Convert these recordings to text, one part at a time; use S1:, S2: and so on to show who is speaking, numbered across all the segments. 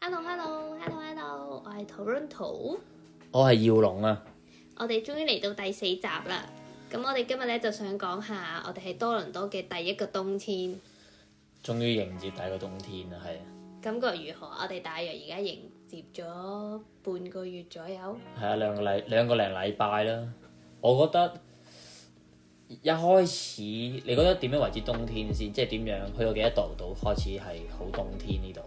S1: Hello Hello Hello Hello，我係 Toronto，
S2: 我係耀龍啊，
S1: 我哋終於嚟到第四集啦。咁我哋今日咧就想講下我哋喺多倫多嘅第一個冬天，
S2: 終於迎接第一個冬天啦，係啊，
S1: 感覺如何？我哋大約而家迎接咗半個月左右，
S2: 係啊，兩個禮兩個零禮拜啦。我覺得一開始你覺得點樣為之冬天先？即係點樣去到幾多度度開始係好冬天呢度？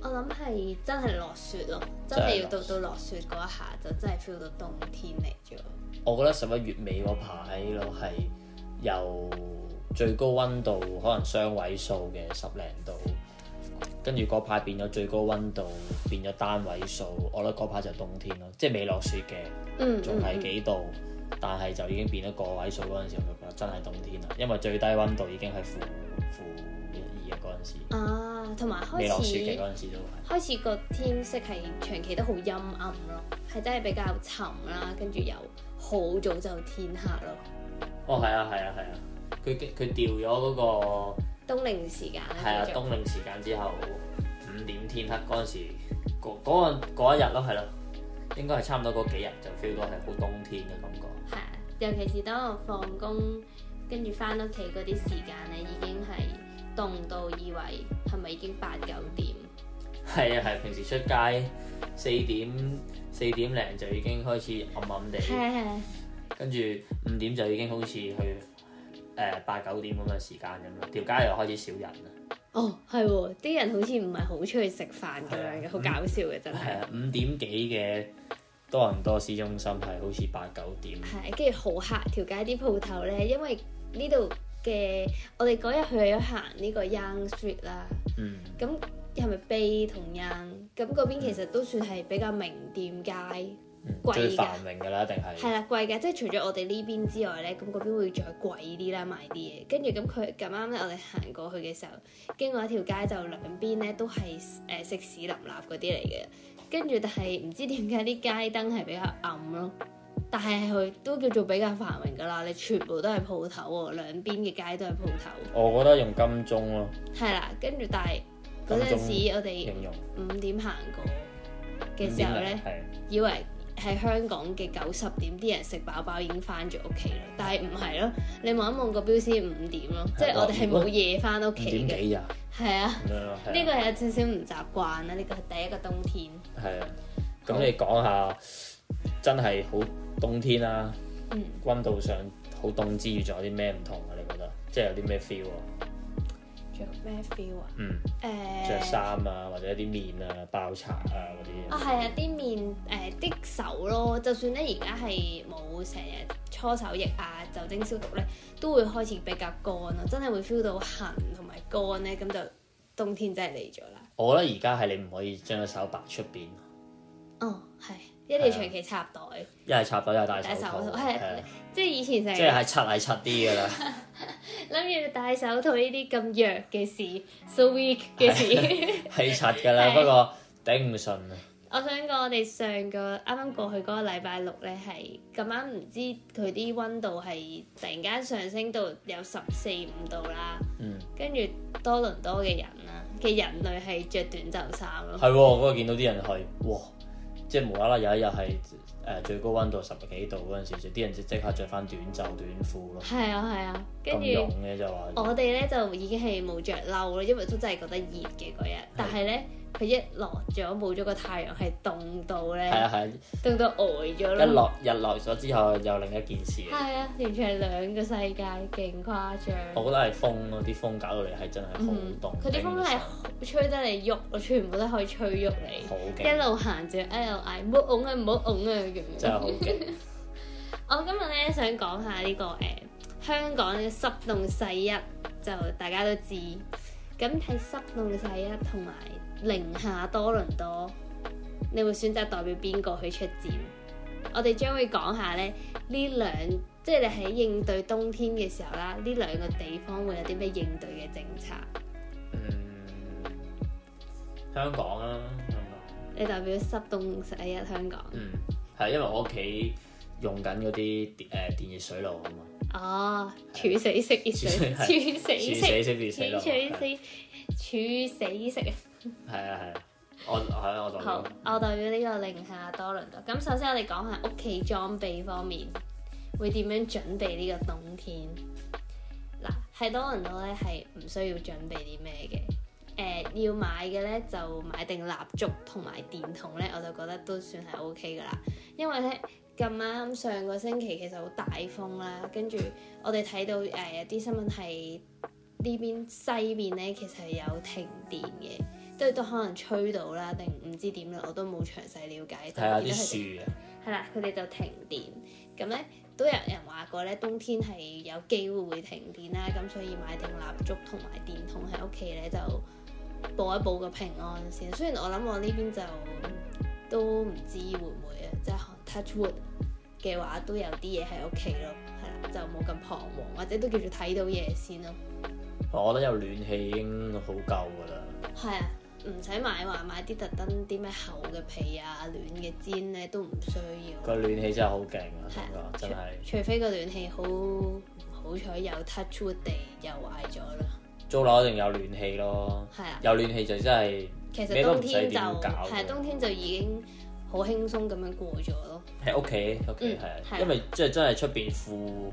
S1: 我諗係真係落雪咯，真
S2: 真係
S1: 係要
S2: 落
S1: 到到落雪嗰一下就真係 feel 到冬天嚟咗。
S2: 我覺得十一月尾嗰排咯係由最高温度可能雙位數嘅十零度，跟住嗰排變咗最高温度變咗單位數，我覺得嗰排就冬天咯，即係未落雪嘅。
S1: 嗯，
S2: 仲
S1: 嗯
S2: 係幾度，但係就已經變咗個位數嗰陣時，我就覺得真係冬天啦，因為最低温度已經係負負一二啊嗰陣時，
S1: 啊，同埋
S2: 未落
S1: 開
S2: 雪嘅
S1: 始
S2: 嗰陣時都係。
S1: 開始個天色係長期都好陰暗咯，係真係比較沉啦，跟住又好早就天黑咯。
S2: 哦，係啊，係啊，係啊，佢佢調咗嗰個
S1: 冬令時間
S2: 係
S1: 啦，
S2: 啊
S1: 叫做
S2: 冬令時間之後五點天黑嗰陣時，嗰嗰個嗰一日咯，係咯，應該係差唔多嗰幾日就 feel 到係好冬天嘅感覺。
S1: 係啊，尤其是當我放工跟住翻屋企嗰啲時間咧，已經係凍到以為係咪已經八九點？
S2: 係啊，係平時出街四點四點零就已經開始暗暗地。
S1: 係
S2: 跟住五點就已經好似去誒八九點咁嘅時間咁啦，條街又開始少人啦。
S1: 哦，係喎，啲人好似唔係好出去食飯咁樣
S2: 係
S1: 嘅，
S2: 啊
S1: 好搞笑嘅真
S2: 係
S1: 係。
S2: 啊，五點幾嘅多倫多市中心係好似八九點。
S1: 係，跟住好黑條街啲鋪頭咧，因為呢度嘅我哋嗰日去咗行呢個 Young Street 啦，
S2: 嗯，
S1: 咁係咪 Bay 同 Young？咁嗰邊其實都算係比較名店街。
S2: 嗯
S1: 貴㗎
S2: 最繁榮㗎啦，一定
S1: 係
S2: 係。
S1: 啦，貴嘅，即係除咗我哋呢邊之外咧，咁嗰邊會再貴啲啦，賣啲嘢。跟住咁佢咁啱咧，我哋行過去嘅時候，經過一條街就兩邊咧都係誒食肆林立嗰啲嚟嘅。跟住但係唔知點解啲街燈係比較暗咯，但係佢都叫做比較繁榮㗎啦。你全部都係鋪頭喎，兩邊嘅街都係鋪頭。
S2: 我覺得用金鐘咯
S1: 係啦，跟住但係嗰陣時我哋
S2: 形容
S1: 五點行過嘅時候咧。
S2: 係
S1: 以為喺香港嘅九十點啲人食飽飽已經翻咗屋企啦，但係唔係咯？你望一望個標先五點咯，即係我哋係冇夜翻屋
S2: 哦五
S1: 企
S2: 點
S1: 嘅，
S2: 幾呀？
S1: 係啊，
S2: 咁樣咯，係啊
S1: 呢個有少少唔習慣啦，呢個係第一個冬天，
S2: 係啊。咁你講下真係好冬天啦，
S1: 嗯，
S2: 温度上好凍之餘，仲有啲咩唔同啊？你覺得即係有啲咩 feel 啊？
S1: 仲有咩 feel 啊？
S2: 嗯。
S1: 誒，
S2: 着衫啊，或者啲面啊、爆茶啊嗰啲。
S1: 啊係啊，啲面誒啲手咯，就算咧而家係冇成日搓手液啊、酒精消毒咧，都會開始比較乾咯，真係會 feel 到痕同埋乾咧，咁就冬天真係嚟咗啦。
S2: 我覺得而家係你唔可以將隻手白出邊，
S1: 哦，係，一定要長期插袋，
S2: 一係插袋，一係戴手套。
S1: 戴手套係
S2: 係啊
S1: 即係以前成
S2: 即
S1: 日
S2: 係係擦係擦啲 㗎啦。
S1: 諗住戴手套呢啲咁弱嘅事，so weak 嘅事。
S2: 係擦㗎啦，
S1: 係
S2: 不過頂唔順啊。
S1: 我想講，我哋上個啱啱過去嗰個禮拜六咧，係咁啱唔知佢啲温度係突然間上升到有十四五度啦，
S2: 嗯，
S1: 跟住多倫多嘅人啦嘅人類係着短袖衫咯。
S2: 係喎，嗰日見到啲人係，哇！即係無啦啦有一日係誒最高温度十幾度嗰陣時，就啲人即即刻着翻短袖短褲咯，
S1: 係啊係啊，跟
S2: 咁
S1: 住
S2: 勇。嘅就話。
S1: 我哋咧就已經係冇着褸咯，因為都真係覺得熱嘅嗰日。但係咧，佢一落咗冇咗個太陽，係凍到
S2: 係
S1: 咧，
S2: 啊係啊，
S1: 凍到呆咗
S2: 一
S1: 咯。
S2: 落日落咗之後又另一件事嚟。
S1: 係啊，完全係兩個世界，勁誇張。
S2: 我覺得係風咯，啲風搞到你係真係好
S1: 嗯，
S2: 凍。
S1: 佢啲
S2: 頂唔
S1: 風係
S2: 順
S1: 吹得你喐，我全部都可以吹喐你。
S2: 好
S1: 一
S2: 勁，
S1: 路行就一路嗌唔好㧬啊，唔好㧬啊咁
S2: 真係
S1: 樣。
S2: 好勁。
S1: 我今日咧想講下呢、個誒、香港嘅濕凍世一，就大家都知。咁喺濕凍世一同埋零下多倫多，你會選擇代表邊個去出戰？我哋將會講下咧呢兩，即係你喺應對冬天嘅時候啦，呢兩個地方會有啲咩應對嘅政策？
S2: 嗯，香港啦、香港，
S1: 你代表濕凍世一香港。
S2: 嗯，係因為我屋企用緊嗰啲誒電熱水爐啊嘛，
S1: 哦，處死式熱水，處死
S2: 儲
S1: 式，
S2: 死式電熱
S1: 處
S2: 水
S1: 死
S2: 爐，
S1: 式，處死式啊！
S2: 係啊係啊，我係啊，我代
S1: 好
S2: 表，
S1: 我代表呢個寧夏多倫多。咁首先我哋講下屋企裝備方面，會點樣準備呢個冬天？嗱，喺多倫多咧係唔需要準備啲咩嘅。誒、要買嘅咧就買定蠟燭同埋電筒咧，我就覺得都算係 O K 噶啦。因為咧咁啱上個星期其實好大風啦，跟住我哋睇到誒、有啲新聞係呢邊西邊咧其實係有停電嘅。都都可能吹到啦，定唔知點啦，我都冇詳細了解。
S2: 睇下
S1: 就見到佢哋
S2: 啲樹啊，
S1: 係啦，佢哋就停電。咁咧都有人話過咧，冬天係有機會會停電啦，咁所以買定蠟燭同埋電筒喺屋企咧就報一報個平安先。雖然我諗我呢邊就都唔知會唔會啊，即係可能 touch wood 嘅話都有啲嘢喺屋企咯，係啦，就冇咁彷徨，或者都叫做睇到嘢先咯。
S2: 我覺得有暖氣已經好夠㗎啦。
S1: 係啊，唔使買話買啲特登啲咩厚嘅被啊、暖嘅氈咧都唔需要。
S2: 個暖氣真係好勁啊！
S1: 係啊
S2: 感覺真係
S1: 除非個暖氣好唔好彩有 touch wood 地又壞咗啦，
S2: 租樓一定有暖氣咯，
S1: 係啊，
S2: 有暖氣就真係
S1: 其實
S2: 咩都
S1: 冬
S2: 唔使
S1: 天就
S2: 點搞㗎
S1: 係冬天就已經好輕鬆咁樣過咗咯，
S2: 喺屋企屋企
S1: 嗯
S2: 係啊，
S1: 係
S2: 因為即係真係出邊負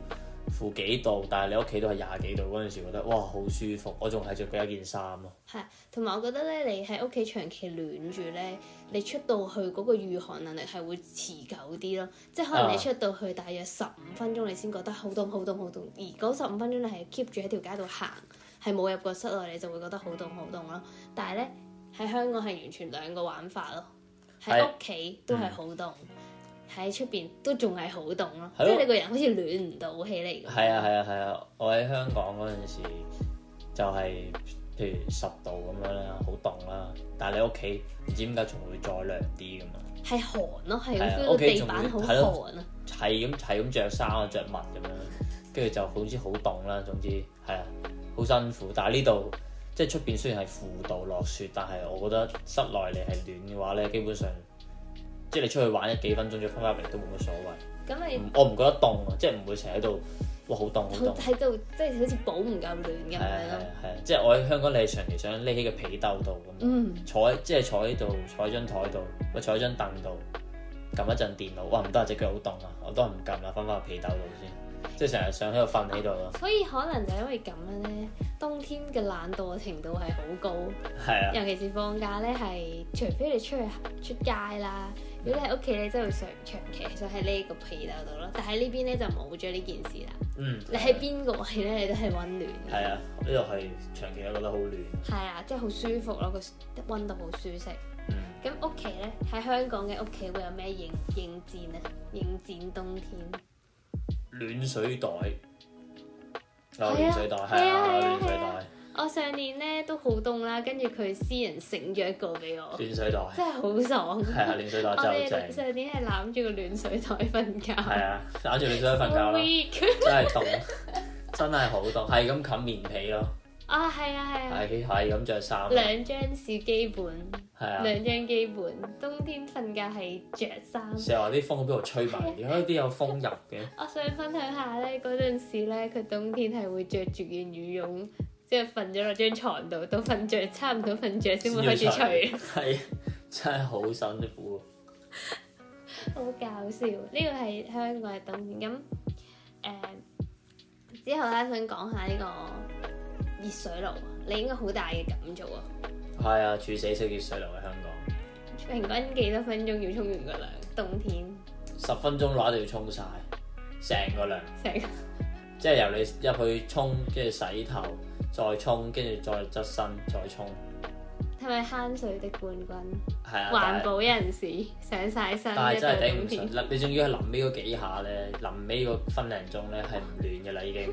S2: 負幾度，但係你屋企都係廿幾度嗰陣時，覺得哇好舒服，我仲係着嗰一件衫啊咯。
S1: 係同埋我覺得咧，你喺屋企長期暖住咧，你出到去嗰個御寒能力係會持久啲咯，即係可能
S2: 啊
S1: 你出到去大約十五分鐘，你先覺得好凍好凍好凍，而嗰十五分鐘你係 keep 住喺條街度行，係冇入過室內，你就會覺得好凍好凍咯。但係咧喺香港係完全兩個玩法咯，喺
S2: 係嗯
S1: 屋企都係好凍，喺出邊都仲係好凍咯，即
S2: 係咯
S1: 係你個人好似暖唔到起嚟咁。
S2: 係啊係啊係啊！我喺香港嗰陣時就係譬如十度咁樣啦，好凍啦，但係你屋企唔知點解仲會再涼啲咁啊！
S1: 係寒咯，係
S2: 係啊
S1: feel 到
S2: 屋企
S1: 地
S2: 仲
S1: 板好
S2: 係咯
S1: 寒啊！
S2: 係咁係咁着衫啊，着襪咁樣，跟住就好似好凍啦。總之係啊，好辛苦。但係呢度即係出邊雖然係負度落雪，但係我覺得室內你係暖嘅話咧，基本上即係你出去玩一幾分鐘再翻返入嚟都冇乜所謂。
S1: 咁你
S2: 唔我唔覺得凍啊，即係唔會成日喺度哇好凍好
S1: 好
S2: 凍。
S1: 喺度即係好似保唔夠暖咁樣
S2: 係啊係
S1: 咯。
S2: 啊係啊，即係我喺香港你係長期想匿喺個被竇度咁，
S1: 嗯，
S2: 坐喺即係坐喺度，坐喺張台度，喂坐喺張凳度，撳一陣電腦，哇唔得啊隻腳好凍啊，我都係唔撳啦，翻返個被竇度先，即係成日想喺度瞓喺度咯。
S1: 所以可能就因為咁樣咧，冬天嘅懶惰程度係好高，
S2: 係啊，
S1: 尤其是放假咧係，除非你出去出街啦。如果你喺屋企咧，真係會長長期想喺呢個被竇度咯。但喺呢邊咧就冇咗呢件事啦。
S2: 嗯，
S1: 你喺邊個位咧，你都係温暖嘅。
S2: 係啊，呢度係長期都覺得好暖。
S1: 係啊，即係好舒服咯，個温度好舒適。
S2: 嗯，
S1: 咁屋企咧喺香港嘅屋企會有咩應應戰啊？應戰冬天。
S2: 暖水袋，
S1: 啊
S2: 哦暖水袋係
S1: 係啊係
S2: 啊，
S1: 啊
S2: 暖水
S1: 係啊
S2: 袋，
S1: 我上年咧都好凍啦，跟住佢私人醒咗一個俾 我，
S2: 暖水袋，
S1: 真係好爽。
S2: 係啊，暖水袋
S1: 我
S2: 真係好
S1: 哋
S2: 正。
S1: 上年係攬住個暖水袋瞓 覺，
S2: 係啊，攬住暖水袋瞓覺
S1: 好
S2: 啦。
S1: weak
S2: 真係凍，真係好凍，係咁冚棉被咯，
S1: 啊！係啊係啊，
S2: 係係咁着衫，係
S1: 兩張是基本，
S2: 啊，
S1: 兩張基本。冬天瞓覺係着衫。
S2: 成日話啲風喺邊度吹 埋嚟，點解啲有風入 嘅？
S1: 我想分享下咧，嗰陣時咧，佢冬天係會着住件羽絨，即係瞓咗落張床度，到瞓着差唔多瞓着先會開始除。
S2: 係 真係好辛苦。
S1: 好搞笑！呢個係香港嘅冬天咁誒、之後咧，想講下呢個熱水爐，啊你應該好大嘅感觸啊！
S2: 係啊，處死式熱水爐喺香港，
S1: 平均幾多分鐘要沖完個涼？冬天
S2: 十分鐘內一定要沖晒成個涼，
S1: 成個
S2: 即係由你入去沖，跟住洗頭，再沖，跟住再側身，再沖。
S1: 係咪慳水的冠軍？
S2: 係啊，但
S1: 環
S2: 係
S1: 保人士上晒身，
S2: 但係
S1: 一
S2: 真係
S1: 到
S2: 頂
S1: 冬
S2: 唔
S1: 天
S2: 順，臨你仲要係臨尾嗰幾下咧，臨尾嗰分零鐘咧係唔暖嘅啦已經。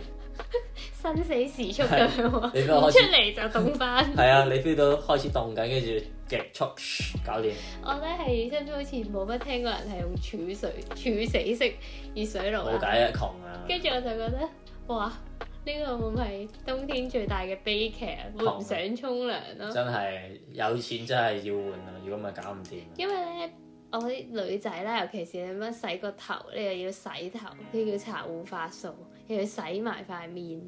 S1: 生死時速咁樣喎，
S2: 你俾
S1: 唔
S2: 我開
S1: 出
S2: 始
S1: 嚟就凍翻。
S2: 係啊，你 feel 到開始凍緊，跟住極速搞掂。
S1: 我咧係真係好似冇乜聽過人係用儲水儲死式熱水爐
S2: 冇
S1: 啊。
S2: 計啊，窮 啊，
S1: 跟住我就覺得，哇！呢、個會唔會係冬天最大嘅悲劇啊？會唔想沖涼咯？
S2: 真係有錢真係要換啊！如果唔係搞唔掂。
S1: 因為咧，我啲女仔啦，尤其是你乜洗個頭，你又要洗頭，又要搽護髮素，又要洗埋塊面，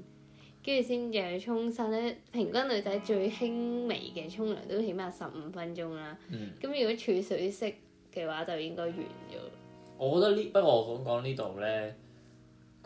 S1: 跟住先至去沖身咧。平均女仔最輕微嘅沖涼都起碼十五分鐘啦。
S2: 嗯，
S1: 咁、如果儲水式嘅話，就應該完咗。
S2: 我覺得呢，不過我講講呢度咧，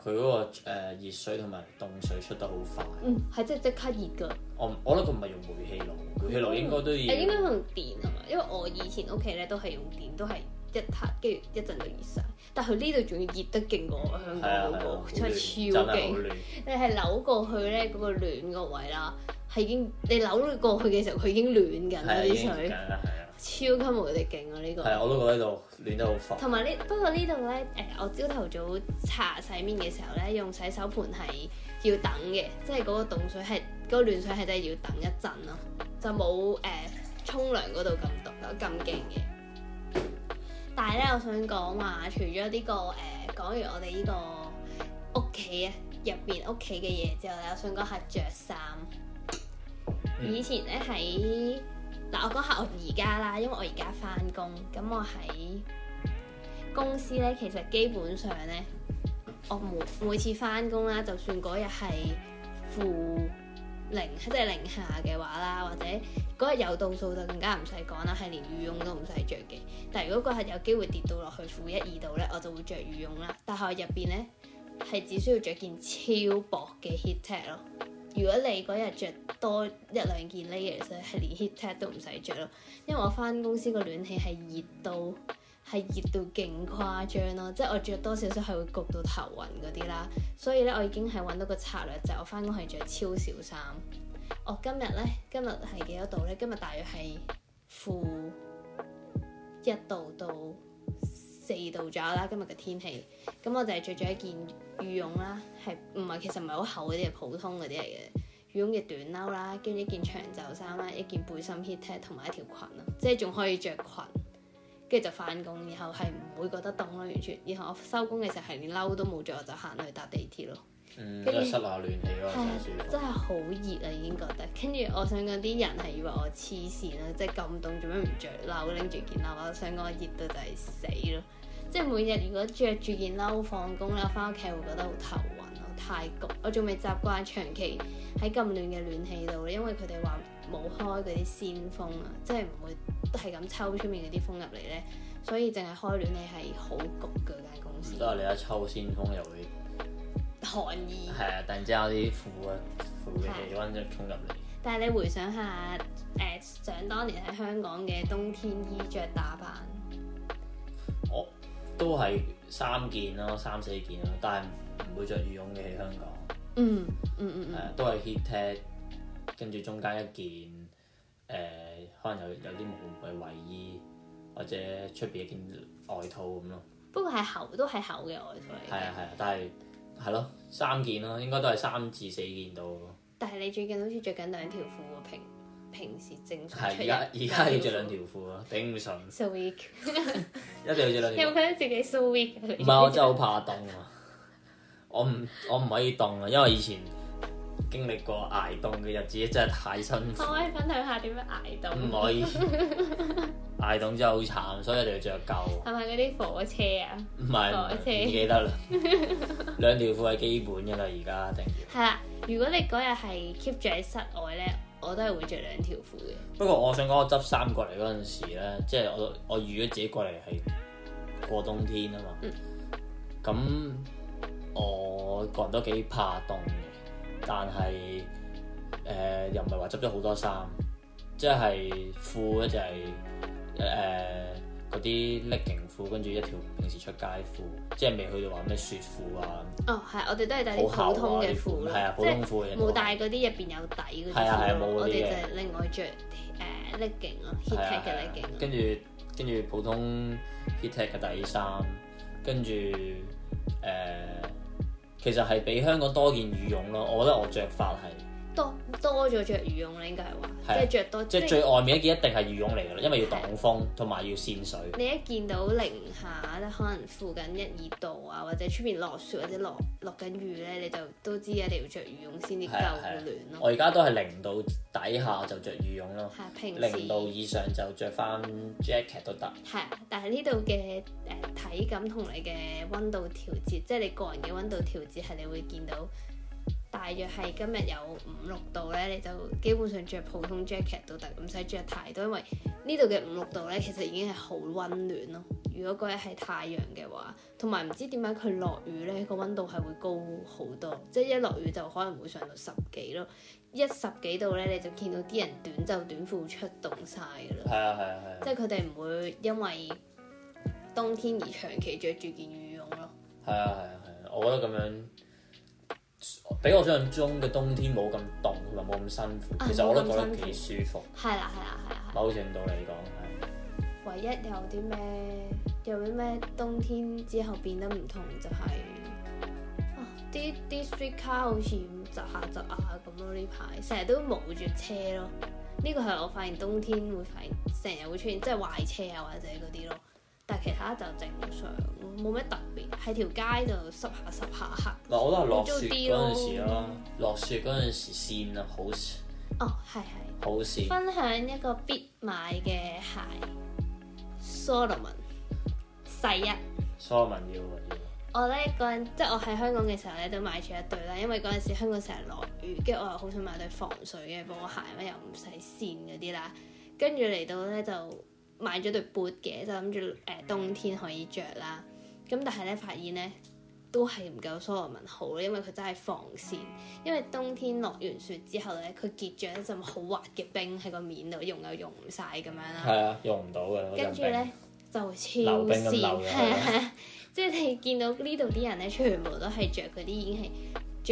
S2: 佢嗰、個誒、呃、熱水同埋凍水出得好快。
S1: 嗯，係即係即刻熱㗎。
S2: 我唔我覺得佢唔係用煤氣爐，煤氣爐應該都
S1: 誒應該
S2: 要。
S1: 可能電啊嘛，因為我以前屋企咧都係用電，都係一撻，跟住一陣就熱晒。但佢呢度仲要熱得勁過我香港
S2: 係啊
S1: 嗰、
S2: 係啊，好
S1: 個，
S2: 亂
S1: 真
S2: 真
S1: 係超
S2: 係好
S1: 勁。
S2: 亂。
S1: 你係扭過去咧嗰、個暖個位啦，係已經你扭過去嘅時候，佢已經暖緊啦
S2: 係啊已經
S1: 啲
S2: 緊
S1: 水，
S2: 啦，係啊，
S1: 超級無敵勁啊呢個！
S2: 係啊，我都覺得呢度暖得好快。
S1: 同埋呢，不過呢度咧，誒、我朝頭早搽洗面嘅時候咧，用洗手盆係要等嘅，即係嗰個凍水係嗰、個暖水係真係要等一陣咯，就冇誒沖涼嗰度咁凍咯，咁勁嘅。但係咧，我想講話，除咗呢、個誒、講完我哋呢個屋企啊入邊屋企嘅嘢之後咧，我想講下着衫。
S2: 嗯
S1: 以前咧喺嗱，我講下我而家啦，因為我而家翻工，咁我喺公司咧，其實基本上咧，我每每次翻工啦，就算嗰日係負零，即係零下嘅話啦，或者嗰日有度數就更加唔使講啦，係連羽絨都唔使着嘅。但係如果嗰日有機會跌到落去負一二度咧，我就會着羽絨啦。但係我入邊咧係只需要着件超薄嘅 heat tech 咯。如果你嗰日着多一兩件 layers 咧，係連 heat tech 都唔使着咯，因為我翻公司個暖氣係熱到〜係熱到勁誇張咯，即係我着多少少係會焗到頭暈嗰啲啦。所以咧，我已經係揾到個策略，就係、我翻工係着超少衫。我今日咧，今日係幾多度咧？今日大約係負一度到四度左右啦。今日嘅天氣，咁我就係着咗一件羽絨啦，係唔係其實唔係好厚嗰啲，係普通嗰啲嚟嘅羽絨嘅短褸啦，跟住一件長袖衫啦，一件背心 heat tech 同埋一條裙啦，即係仲可以着裙。跟住就翻工，然後係唔會覺得凍咯，完全。然後我收工嘅時候係連褸都冇着，我就行去搭地鐵咯。
S2: 嗯，都
S1: 跟住
S2: 係室內暖氣咯，
S1: 係啊
S2: 真係舒，服
S1: 真。係好熱啊，已經覺得。跟住我想講啲人係以為我黐線啦，即係咁凍做咩唔着褸，拎住件褸，我想講我熱到就係死咯。即係每日如果着住件褸放工咧，我翻屋企會覺得好頭暈咯，太焗。我仲未習慣長期喺咁暖嘅暖氣度咧，因為佢哋話冇開嗰啲鮮風啊，即係唔會係咁抽出面嗰啲風入嚟咧，所以淨係開暖氣係好焗㗎間公司
S2: 唔，得啊！你一抽先風又會
S1: 寒意。
S2: 係啊，突然之間有啲負啊負嘅氣温就衝入嚟。
S1: 但係你回想下，誒、想當年喺香港嘅冬天衣着打扮，
S2: 我都係三件咯，三四件咯，但係唔會着羽絨嘅喺香港，
S1: 嗯嗯嗯
S2: 誒、
S1: 嗯，
S2: 都係 heat tech，跟住中間一件誒、可能有有啲毛嘅衞衣，或者出邊一件外套咁咯。
S1: 不過係厚都係厚嘅外套嚟
S2: 係啊
S1: 嘅。
S2: 係啊，但係係咯，三件咯，應該都係三至四件到咯。
S1: 但係你最近好似着緊兩條褲喎，平平時正常出
S2: 係而
S1: 入
S2: 家而家要着兩條褲咯，頂唔順，
S1: So weak，
S2: 一定要着兩
S1: 有
S2: 條
S1: 冇覺得自己 so weak？
S2: 唔係，我真係好怕凍啊！我唔我唔可以凍啊，因為以前經歷過挨凍嘅日子，真係太辛 苦
S1: 可，唔可以分享下點樣捱到？
S2: 唔可以挨凍真係好慘，所以一定要着夠。
S1: 係咪嗰啲火車啊？
S2: 唔係唔係唔記得啦，兩條褲係基本㗎啦，而家一定要。
S1: 係啦，如果你嗰日係 keep 住喺室外咧，我都係會着兩條褲嘅。
S2: 不過我想講，我執衫過嚟嗰陣時咧，即係我我預咗自己過嚟係過冬天啊嘛
S1: 嗯。
S2: 咁、我個人都幾怕凍嘅，但係誒、呃又唔係話執咗好多衫，即係褲咧就呃係誒嗰啲 legging 褲，跟住一條平時出街褲，即係未去到話咩雪褲啊，
S1: 哦，係，我哋都係帶啲
S2: 好
S1: 普
S2: 厚
S1: 通
S2: 啊
S1: 嘅
S2: 啲
S1: 褲
S2: 褲，
S1: 咯，
S2: 係啊，普
S1: 即係
S2: 通褲嘅
S1: 冇帶嗰啲入邊有底嗰啲
S2: 係啊係啊
S1: 褲咯
S2: 冇嗰啲嘅
S1: 我哋就另外着誒 legging 咯，heat
S2: 係啊
S1: tech 嘅
S2: 係啊
S1: legging 咯。
S2: 跟住跟住普通 heat tech 嘅底衫，跟住誒、呃其實係比香港多件羽絨咯。我覺得我着法係
S1: 多多咗着羽絨啦，應該係
S2: 係啊
S1: 話，即係着多
S2: 即
S1: 即
S2: 係
S1: 係
S2: 最外面一件一定係羽絨嚟㗎啦，因為要擋風同埋要扇水。
S1: 你一見到零下咧，可能附近一二度啊，或者出邊落雪或者落落緊雨咧，你就都知一定要着羽絨先至
S2: 係啊
S1: 夠
S2: 係啊
S1: 暖咯。
S2: 我而家都係零度底下就着羽絨咯，
S1: 係啊平時
S2: 零度以上就着翻 jacket 都得。
S1: 係啊，但係呢度嘅誒體感同你嘅温度調節，即係你個人嘅温度調節係你會見到大大約係今日有五六度咧，你就基本上着普通 jacket 都得，唔使着太多，因為呢度嘅五六度咧其實已經係好温暖咯。如果嗰日係太陽嘅話，同埋唔知點解佢落雨咧個温度係會高好多，即係一落雨就可能會上到十幾咯，一十幾度咧你就見到啲人短袖短褲出動晒㗎啦，
S2: 係啊係啊係啊
S1: 即係佢哋唔會因為冬天而長期着住件羽絨咯。
S2: 係啊係啊係啊！我覺得咁樣比我想象中嘅冬天冇咁凍同埋冇咁辛苦，
S1: 啊
S2: 其實我都覺
S1: 冇
S2: 得
S1: 咁辛苦
S2: 幾舒服。
S1: 係啦係啦係啦係啦。
S2: 某程度嚟講
S1: 唯一有啲咩有啲咩冬天之後變得唔同就係、啊啲啲 street car 好似窒下窒下咁咯，呢排成日都冇住車咯。呢個係我發現冬天會發現成日會出現即係壞車啊或者嗰啲咯，但係其他就正常，冇咩特別。喺條街就濕下濕下黑。
S2: 係，唔係我都係落
S1: 污糟
S2: 雪
S1: 啲
S2: 嗰
S1: 咯
S2: 陣時啦，落雪嗰陣時跣啊，好
S1: 哦，係係。
S2: 好跣。
S1: 分享一個必買嘅鞋，Solomon 細一。
S2: 所有文要嘅
S1: 我咧嗰陣，即係我喺香港嘅時候咧，都買住一對啦，因為嗰陣時香港成日落雨，跟住我又好想買對防水嘅波鞋，咁又唔使跣嗰啲啦。跟住嚟到咧就買咗對 boot 嘅，就諗住誒冬天可以着啦。咁但係咧發現咧都係唔夠 Solomon 好咯，因為佢真係防跣。因為冬天落完雪之後咧，佢結咗一陣好滑嘅冰喺個面度，溶又溶唔晒咁樣啦。
S2: 係啊，用唔到嘅。
S1: 跟住咧就超
S2: 溜冰咁
S1: 線，
S2: 溜嘅
S1: 係啊！ 即係你見到呢度啲人咧，全部都係着嗰啲已經係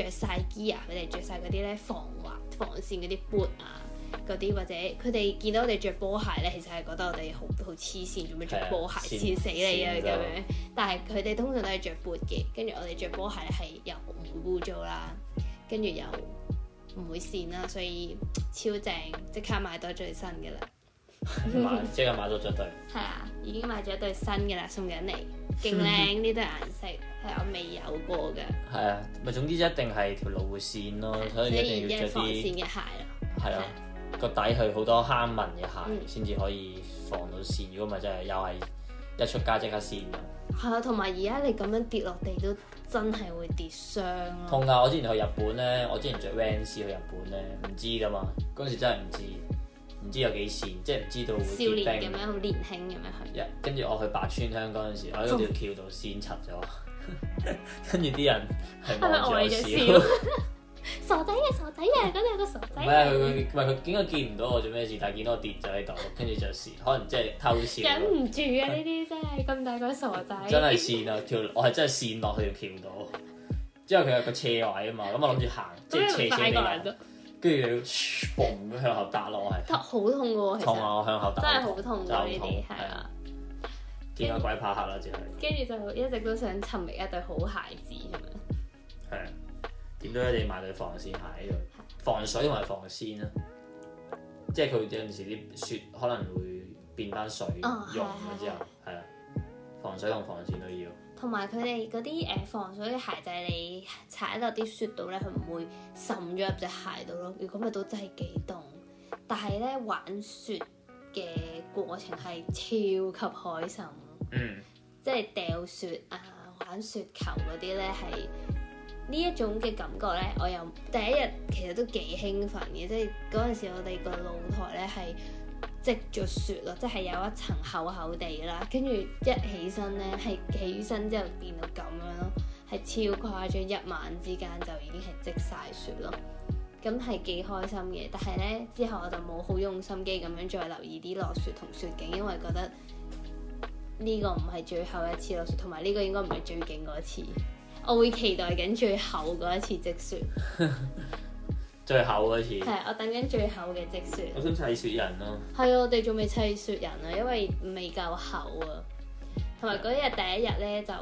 S1: 着晒 gear，佢哋着晒嗰啲咧防滑、防線嗰啲 boot 啊，嗰啲或者佢哋見到我哋着波鞋咧，其實係覺得我哋好好黐線，做咩着波
S2: 係啊
S1: 鞋黐死你啊
S2: 跣
S1: 咁
S2: 咗
S1: 樣。但係佢哋通常都係着 boot 嘅，跟住我哋着波鞋係又唔會污糟啦，跟住又唔會跣啦，所以超正，即刻買多最新嘅啦。
S2: 就 買即係買咗着對，
S1: 係啊，已經買咗對新嘅啦，送緊嚟，勁
S2: 嗯
S1: 靚呢對顏色係我未有過嘅，
S2: 係啊，咪總之一定係條路會跣咯，所以一
S1: 而
S2: 定
S1: 家
S2: 要
S1: 係
S2: 着
S1: 防
S2: 啲
S1: 線嘅鞋咯。
S2: 係嗯啊個底係好多坑紋嘅鞋先至可以防到跣，如果唔係真係又係一出街即刻跣咯。
S1: 係啊，同埋而家你咁樣跌落地都真係會跌傷咯。
S2: 痛㗎！我之前去日本咧，我之前着 Vans 去日本咧，唔知㗎嘛，嗰陣時真係唔知，唔知有幾跣，即係唔知道會
S1: 少
S2: 結
S1: 年咁
S2: 冰。
S1: 樣好年輕咁樣去，
S2: 一跟住我去白川鄉嗰陣時，我喺嗰條橋度跣柒咗， 跟住啲人
S1: 係
S2: 係
S1: 咪
S2: 望住我
S1: 呆
S2: 笑
S1: 咗。笑？傻仔啊傻仔啊！嗰度有個傻
S2: 唔
S1: 仔
S2: 係
S1: 啊，
S2: 啊佢佢唔係佢應該見唔到我做咩事，但係見到我跌咗喺度，跟住就跣，可能即係偷笑
S1: 忍唔住啊！呢啲真係咁大個傻仔，
S2: 真係跣啊！條我係真係跣落去條橋度，之後佢有個斜位啊嘛，咁我諗住行即
S1: 咁
S2: 係
S1: 你唔
S2: 斜
S1: 快
S2: 斜地啊
S1: 過
S2: 落
S1: 人，啊啫，
S2: 跟住就嘣咁向後打落，我係
S1: 痛好痛嘅喎，其
S2: 痛
S1: 實
S2: 啊！我向後打
S1: 真係好痛㗎
S2: 真係好
S1: 呢
S2: 痛
S1: 啲係啊。
S2: 見個鬼怕黑啦，只係
S1: 跟住就一直都想尋覓一對好鞋子咁樣。
S2: 係啊點都一定要買對防跣鞋喺度，防水同埋防跣啦。即係佢有陣時啲雪可能會變翻水
S1: 哦
S2: 溶咗之後
S1: 係，
S2: 係啊，防水同防跣都要。
S1: 同埋佢哋嗰啲誒防水嘅鞋就係你踩落啲雪度咧，佢唔會滲咗入隻鞋度咯。如果咪都真係幾凍。但係咧玩雪嘅過程係超級開心，
S2: 嗯，
S1: 即係掉雪啊、玩雪球嗰啲咧係。呢一種嘅感覺咧，我又第一日其實都幾興奮嘅，即係嗰陣時我哋個露台咧係積咗雪咯，即係有一層厚厚地啦，跟住一起身咧係起身之後變到咁樣咯，係超誇張，一晚之間就已經係積晒雪咯。咁係幾開心嘅，但係咧之後我就冇好用心機咁樣再留意啲落雪同雪景，因為覺得呢個唔係最後一次落雪，同埋呢個應該唔係最勁嗰一次。我會期待緊最後嗰一次積雪，
S2: 最後嗰次，
S1: 係我等緊最後嘅積雪。
S2: 我想砌雪人咯。
S1: 係啊，我哋仲未砌雪人啊，因為未夠厚啊。同埋嗰日第一日咧就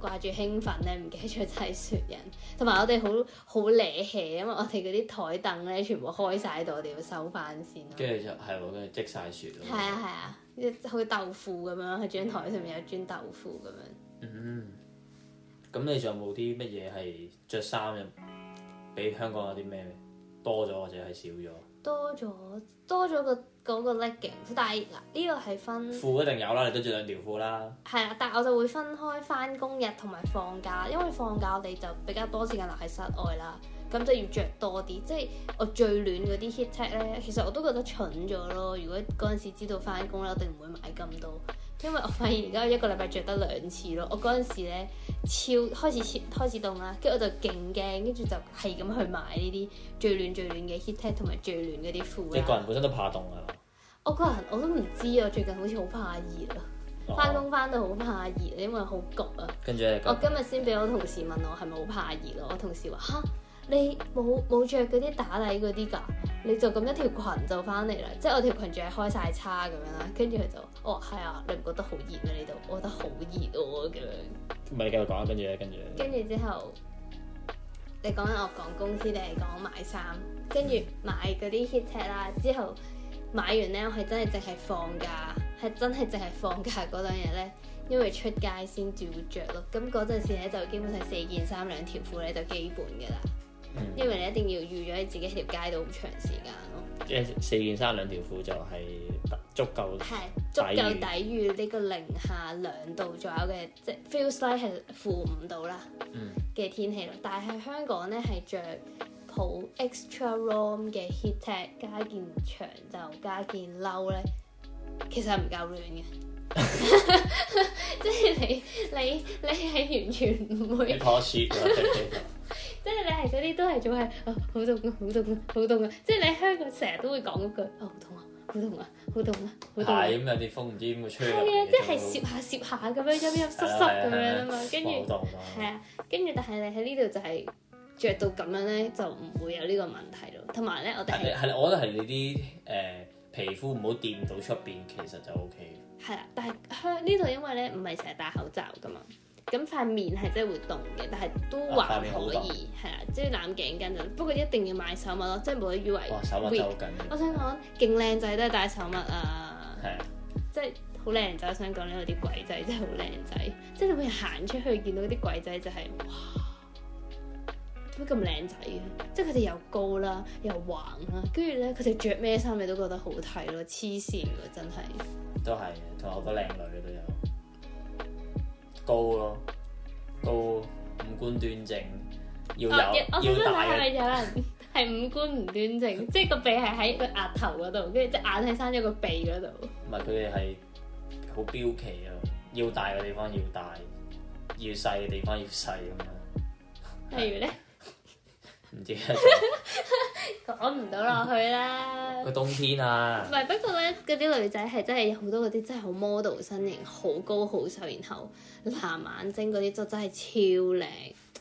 S1: 掛住興奮咧，唔記得咗砌雪人。同埋我哋好好嗲氣，啊因為我哋嗰啲台凳咧全部開晒喺度，我哋要收翻先咯。
S2: 跟住就係喎，跟住積晒雪咯。
S1: 係啊係啊，一好似豆腐咁樣喺張台上面有磚豆腐咁樣。
S2: 嗯，咁你仲有冇啲乜嘢係着衫嘅？比香港有啲咩多咗或者係少咗？
S1: 多咗多咗個嗰個 legging，但係嗱呢個係分
S2: 褲一定有啦，你都着兩條褲啦。
S1: 係啦，但係我就會分開翻工日同埋放假，因為放假我哋就比較多時間留喺室外啦。咁就要着多啲。即係我最暖嗰啲 heat tech 咧，其實我都覺得蠢咗咯。如果嗰陣時知道翻工咧，我一定唔會買咁多，因為我發現而家一個禮拜着得兩次咯。我嗰陣時咧超開始超開始凍啦，跟住我就勁驚，跟住就係咁去買呢啲最暖最暖嘅 heat tech 同埋最暖嗰啲褲
S2: 你個
S1: 啦。
S2: 人本身都怕凍啊嘛？
S1: 我個人我都唔知啊，最近好似好怕熱啊，
S2: 哦
S1: 翻工翻到好怕熱，因為好焗啊。
S2: 跟住你
S1: 我
S2: 個
S1: 今日先俾我同事問我係咪好怕熱咯，我同事話吓，你冇冇著嗰啲打底嗰啲㗎，你就咁一條裙就翻嚟啦，即係我條裙仲係開晒叉咁樣啦，跟住佢就哦係啊，你唔覺得好熱咩？呢度我覺得好熱喎咁樣，
S2: 唔係你繼續講啊，跟住咧，跟住
S1: 跟住之後你講緊我講公司定係講買衫，跟住買嗰啲 heat tech 啦，之後買完咧我係真係淨係放假，係真係淨係放假嗰兩日咧。因為出街先至會着咯。咁嗰陣時咧就基本上四件衫兩條褲咧就基本嘅啦，
S2: 嗯
S1: 因為你一定要預咗你自己喺條街度好長時間咯，
S2: 即係四件衫兩條褲就係足夠。
S1: 係足夠抵禦呢個零下兩度左右嘅，即係 feels like 係負五度啦
S2: 嗯，
S1: 嘅天氣咯。但係喺香港咧係着好 extra warm 嘅 heat tech 加件長袖加件褸咧，其實係唔夠暖嘅。即係你你你係完全唔會
S2: 你拖雪啊！
S1: 即係你係嗰啲都係做係啊好凍啊好凍啊好凍啊！即係你香港成日都會講嗰句啊好凍啊好凍啊好凍啊好
S2: 係
S1: 凍啊！
S2: 咁有啲風唔知點會吹入嚟
S1: 係啊，即係攝
S2: 都
S1: 下攝下咁樣陰陰濕濕咁
S2: 係啊係啊
S1: 樣啊嘛，跟住
S2: 哇好凍
S1: 係
S2: 啊！
S1: 啊，跟住但係你喺呢度就係着到咁樣咧，就唔會有呢個問題咯。同埋咧，我哋
S2: 係啊
S1: 係啊
S2: 係，我覺得係你啲誒皮膚唔好掂到出邊，其實就 O K。
S1: 係啦，但係香呢度因為咧唔係成日戴口罩噶嘛，咁塊面係真係會凍嘅，但係都
S2: 啊
S1: 還
S2: 塊面好
S1: 可
S2: 凍
S1: 以係啦，即係攬頸巾就不過一定要買手襪咯，即係冇得以為
S2: 哇！手襪
S1: weak
S2: 真係好緊
S1: 我
S2: 要，
S1: 想講勁靚仔都係戴手襪啊，
S2: 係啊
S1: 即係好靚仔。我想講呢度啲鬼仔真係好靚仔，即係你會行出去見到啲鬼仔就係、哇，點解咁靚仔嘅？即係佢哋又高啦，又橫啦，跟住咧佢哋着咩衫你都覺得好睇咯，黐線㗎真係。
S2: 都係嘅，啊同埋好多靚女嘅都有高咯，高五官端正，要有
S1: 我啊哦我想
S2: 要
S1: 問係
S2: 大
S1: 咪
S2: 嘅，
S1: 有人係五官唔端正，即係個鼻係喺個額頭嗰度，跟住隻眼係生咗個鼻嗰度。
S2: 唔係佢哋係好標奇啊！要大嘅地方要大，要細嘅地方要細咁樣，
S1: 例如咧，
S2: 唔知 啊
S1: 講唔到落去啦。
S2: 個冬天啊
S1: 唔，係，不過咧，嗰啲女仔係真係有好多嗰啲真係好 model 身形，好高好瘦，然後藍眼睛嗰啲就真係超靚，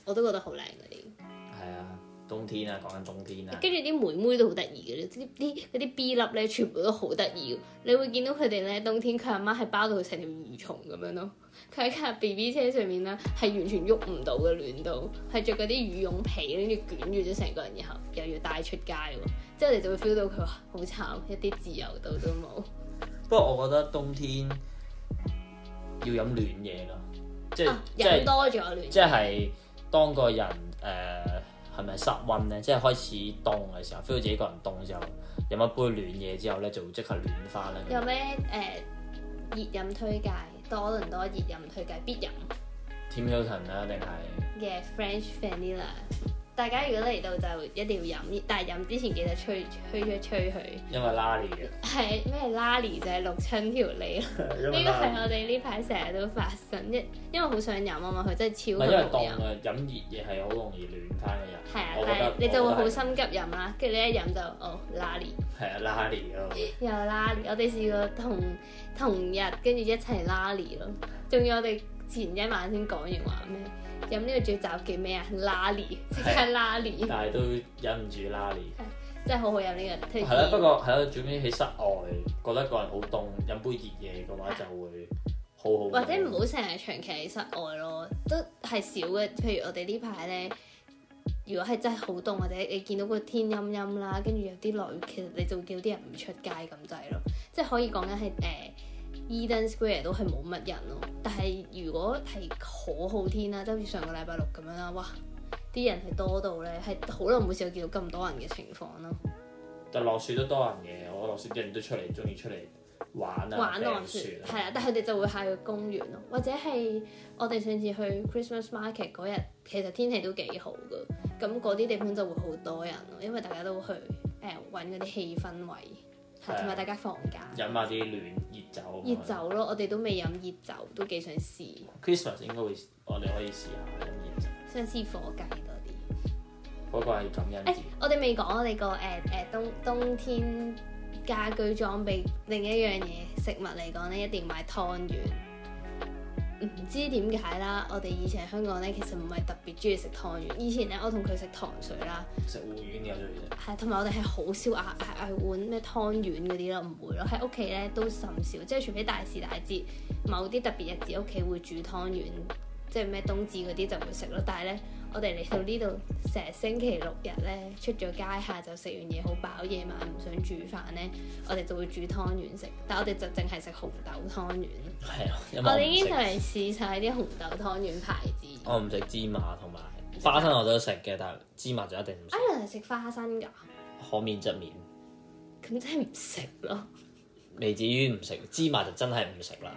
S1: 我都覺得好靚嗰啲。
S2: 係啊，冬天啊，講緊冬天啊，
S1: 跟住啲妹妹都好得意嘅，啲啲嗰啲 B 粒咧，全部都好得意。你會見到佢哋咧，冬天佢阿媽係包到佢成條魚蟲咁樣咯。佢喺架 B B 車上面咧，係完全喐唔到嘅，暖到係着嗰啲羽絨被，跟住捲住咗成個人，然後又要帶出街喎。之後你就會 feel 到佢話好慘，一啲自由度都冇。
S2: 不過我覺得冬天要飲暖嘢咯，即係
S1: 啊
S2: 即係
S1: 飲。多咗暖。
S2: 即係當個人誒係咪失温咧，即係開始凍嘅時候，feel 到自己個人凍之後，飲一杯暖嘢之後咧，就會即刻暖翻啦。
S1: 有咩誒、呃、熱飲推介？多倫多熱飲推介必飲
S2: Tim Hilton 啦，定係
S1: 嘅 French Vanilla。大家如果嚟到就一定要飲，但係飲之前記得吹吹一吹佢。
S2: 因為啊 Lari 嘅，
S1: 係咩拉尼就係六親條脷咯，呢
S2: 因為
S1: 個係
S2: Lari
S1: 我哋呢排成日都發生，因因為好想飲啊嘛，佢真係
S2: 唔
S1: 超
S2: 係
S1: 級
S2: 因為
S1: 好
S2: 凍
S1: 飲。
S2: 啊，飲熱嘢係好容易暖翻嘅人。
S1: 係啊
S2: 我，
S1: 但
S2: 覺
S1: 係
S2: 得
S1: 你就會
S2: 我覺
S1: 好
S2: 得
S1: 心急飲啦，跟住你一飲就哦拉尼。
S2: 係啊 Lari 咯，
S1: 又拉我哋試過同同日跟住一齊拉尼咯，仲要我哋前一晚先講完話咩飲呢個最雜嘅咩啊拉尼，即刻拉尼，
S2: 但係都忍唔住 Lari。
S1: 真係好好飲呢個推
S2: 係啦，
S1: 薦。
S2: 不過係啦，最尾喺室外覺得個人好凍，飲杯熱嘢嘅話就會好好。
S1: 或者唔好成日長期喺室外咯，都係少嘅。譬如我哋呢排咧，如果係真係好凍，或者你見到個天陰陰啦，跟住有啲落雨，其實你就會見到啲人唔出街咁滯咯。即係可以講緊係誒 Eden Square 都係冇乜人咯。但係如果係好好天啦，即係好似上個禮拜六咁樣啦，哇！啲人係多到咧，係好耐冇試過見到咁多人嘅情況咯。
S2: 但落雪都多人嘅，我落雪啲人都出嚟，中意出嚟玩啊，
S1: 玩
S2: 落
S1: 落雪
S2: 雪
S1: 係啊，但係佢哋就會下去公園咯，或者係我哋上次去 Christmas market 嗰日，其實天氣都幾好噶，咁嗰啲地方就會好多人咯，因為大家都去誒揾嗰啲氣氛位，
S2: 係
S1: 係
S2: 啊
S1: 同埋大家放假
S2: 飲下啲暖熱酒。啊
S1: 熱。酒咯。我哋都未飲熱酒，都幾想試，
S2: Christmas 應該會，我哋可以試下飲熱酒。
S1: 想試火雞多啲。
S2: 嗰個係感
S1: 誒、
S2: 恩節，
S1: 哎我哋未講我哋個誒誒冬冬天家居裝備另一樣嘢食物嚟講咧，一定要買湯圓。唔知點解啦，我哋以前喺香港咧，其實唔係特別中意食湯圓。以前咧，我同佢食糖水啦，
S2: 食芋圓嘅最啫。
S1: 係同埋我哋係好少嗌嗌嗌碗咩湯圓嗰啲咯，唔會咯。喺屋企咧都甚少，即係除非大時大節，某啲特別日子屋企會煮湯圓，即係咩冬至嗰啲就會食咯。但係咧，我哋嚟到呢度成日星期六日咧，出咗街下就食完嘢好飽，夜晚唔想煮飯咧，我哋就會煮湯圓食。但係我哋就淨係食紅豆湯圓，
S2: 係啊，因為
S1: 我哋
S2: 唔
S1: 已經
S2: 食
S1: 就嚟試晒啲紅豆湯圓牌子。
S2: 我唔食芝麻同埋花生我都食嘅，但係芝麻就一定唔食。
S1: 哎呀，食花生㗎，
S2: 可免則免，
S1: 咁真係唔食咯。
S2: 未至於唔食。芝麻就真係唔食啦。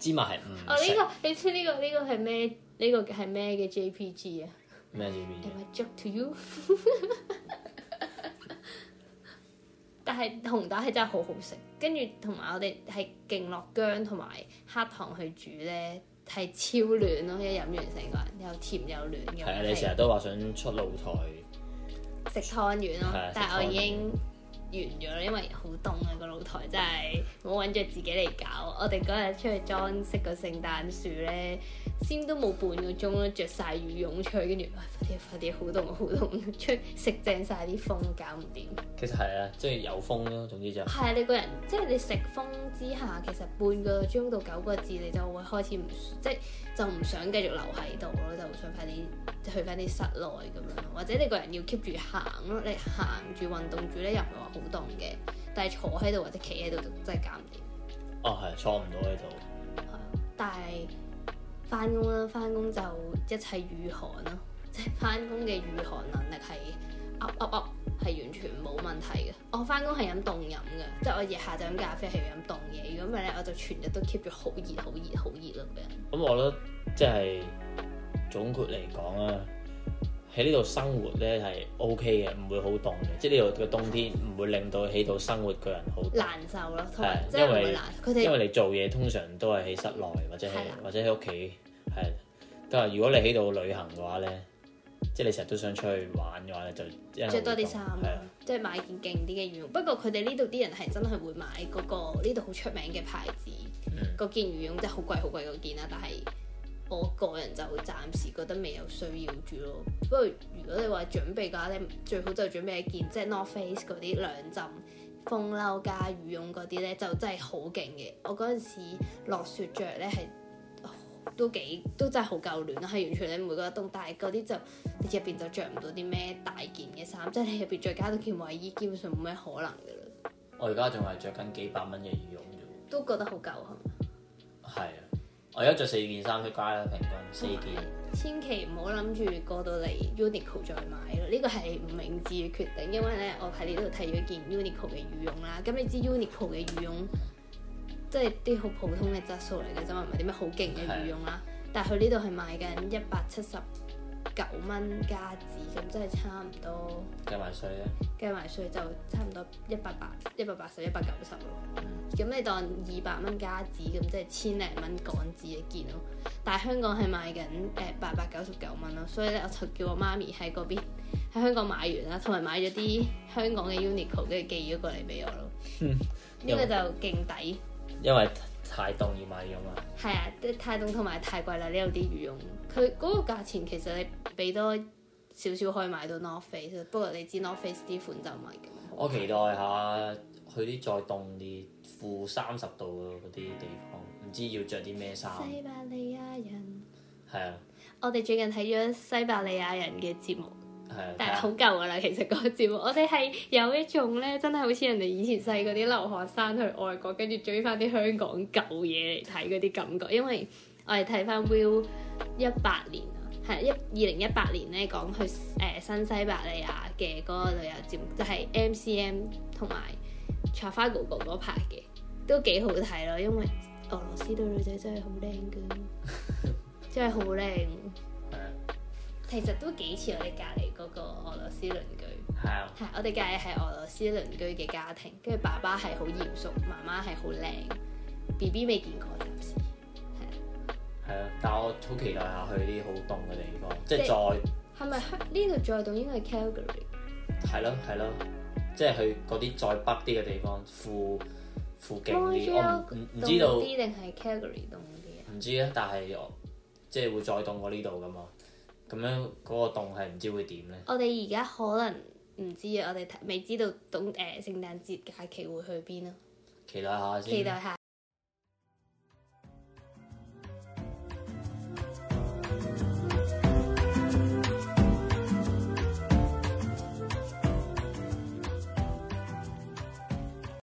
S2: 芝麻係唔
S1: 哦，呢、
S2: 食
S1: 個你知呢、個呢、個係咩？呢、個係咩嘅 JPG 啊
S2: 咩字邊
S1: ？Am I joke to you？但係紅豆係真係好好食，跟住同埋我哋係勁落薑同埋黑糖去煮咧，係超暖咯！一飲完成個人又甜又暖咁。
S2: 係啊，你成日都話想出露台，
S1: 食湯圓咯
S2: 係啊，
S1: 但係我
S2: 食湯圓
S1: 已經完咗啦，因為好凍啊個露台真係，唔好揾著自己嚟搞。我哋嗰日出去裝飾個聖誕樹咧，先都冇半個鐘啦，着晒羽絨出去，跟住唉快啲快啲，好凍啊好凍，出去食正晒啲風，搞唔掂。
S2: 其實係啊，即係有風咯。總之就
S1: 係啊，你個人即係你食風之下，其實半個鐘到九個字，你就會開始唔即係就唔想繼續留喺度咯，就想快啲去翻啲室內咁樣，或者你個人要 keep 住行咯，你行住運動住咧又唔係話好凍嘅，但係坐喺度或者企喺度就真係搞唔掂。
S2: 哦係坐唔到喺度。
S1: 係啊但係翻工啦，翻工就一切御寒咯， 即係翻工嘅御寒能力係 up up up 係完全冇問題嘅。我翻工係飲凍飲嘅，即係我夜下就飲咖啡係要飲凍嘢，如果唔係咧我就全日都 keep 住好熱好熱好熱咯個人。
S2: 咁我覺得即係總括嚟講啊，喺呢度生活咧係 O K 嘅，唔會好凍嘅。即係呢度嘅冬天唔會令到起到生活嘅人好凍，
S1: 難受咯，同埋
S2: 係
S1: 即係唔
S2: 因為
S1: 會難受。佢
S2: 因
S1: 哋
S2: 為你做嘢通常都係喺室內或者係
S1: 係啦
S2: 或者喺屋企係。但係如果你喺度旅行嘅話咧，即係你成日都想出去玩嘅話咧，就因為
S1: 着多啲
S2: 會凍
S1: 衫
S2: 係啊
S1: 咯，即係買件勁啲嘅羽絨。不過佢哋呢度啲人係真係會買嗰、個呢度好出名嘅牌子，
S2: 嗯
S1: 嗰、件羽絨真係好貴好貴嗰件啦。啊但係我個人就暫時覺得未有需要住咯。不過如果你話準備嘅話咧，最好就準備一件即係 North Face 嗰啲兩浸。風褸加羽絨嗰啲咧，就真係好勁嘅。我嗰陣時落雪着咧係都幾都真係好夠暖啦，啊係完全你每個都凍，但係嗰啲就你入邊就着唔到啲咩大件嘅衫，即係你入邊再加多件衞衣，基本上冇咩可能嘅啦，
S2: 我而家仲係着緊幾百蚊嘅羽絨啫
S1: 都覺得好夠係嘛？
S2: 喎。係啊，我而家着四件衫出街啦，平均四件。
S1: 千祈唔好諗住過到嚟 Uniqlo 再買咯，呢個係唔明智嘅決定，因為咧我喺呢度睇咗件 Uniqlo 嘅羽絨啦，咁你知 Uniqlo 嘅羽絨即係啲好普通嘅質素嚟嘅啫嘛，唔係啲咩好勁嘅羽絨啦，但係佢呢度係賣緊一百七十九蚊加紙，咁真係差唔多。
S2: 計埋稅啊咧，
S1: 計埋税就差唔多一百八、一百八十、一百九十咯。咁你當二百蚊加紙咁，即係千零蚊港紙一件咯。但係香港係賣緊誒八百九十九蚊咯，所以咧我就叫我媽咪喺嗰邊喺香港買完啦，同埋買咗啲香港嘅 Uniqlo，跟住寄咗過嚟俾我咯。呢個就勁抵，
S2: 因為太凍要買羽絨啊。
S1: 係啊！即係太凍同埋太貴啦，呢度啲羽絨，佢嗰個價錢其實你俾多少少可以買到 North Face，不過你知 North Face 啲款就唔係咁。
S2: 我期待下去啲再凍啲負三十度嗰啲地方，唔知要着啲咩衫。
S1: 西伯利亞人，
S2: 係啊，
S1: 我哋最近睇咗西伯利亞人嘅節目，
S2: 係啊。
S1: 但係
S2: 睇
S1: 好
S2: 下
S1: 舊噶啦。其實嗰個節目，我哋係有一種咧，真係好似人哋以前細嗰啲留學生去外國，跟住追翻啲香港舊嘢嚟睇嗰啲感覺。因為我哋睇翻 Will 一八年啊，係一二零一八年咧講去誒、呃新西伯利亞嘅嗰個旅遊節目，就係、MCM 同埋 Trafalgar 嗰排嘅，都幾好睇咯。因為俄羅斯對女仔真係好靚嘅，真係好靚。
S2: 係啊
S1: 其實都幾似我哋隔離嗰個俄羅斯鄰居。
S2: 係啊，
S1: 係，我哋隔離係俄羅斯鄰居嘅家庭，跟住爸爸係好嚴肅，媽媽係好靚，B B 未見過暫時，係啊
S2: 係啊，但我好期待下去啲好凍嘅地方，即
S1: 即
S2: 係再。
S1: 係咪香呢度再凍應該係 Calgary？
S2: 係咯係咯，即係去嗰啲再北啲嘅地方，附附近啲，我唔唔唔知道
S1: 凍啲定係 Calgary 凍啲啊？
S2: 唔知啊，但係我即係會再凍過呢度噶嘛，咁樣嗰個凍係唔知會點咧？
S1: 我哋而家可能唔知啊，我哋睇未知道凍誒、聖誕節假期會去邊咯，
S2: 期待下先。
S1: 期待下。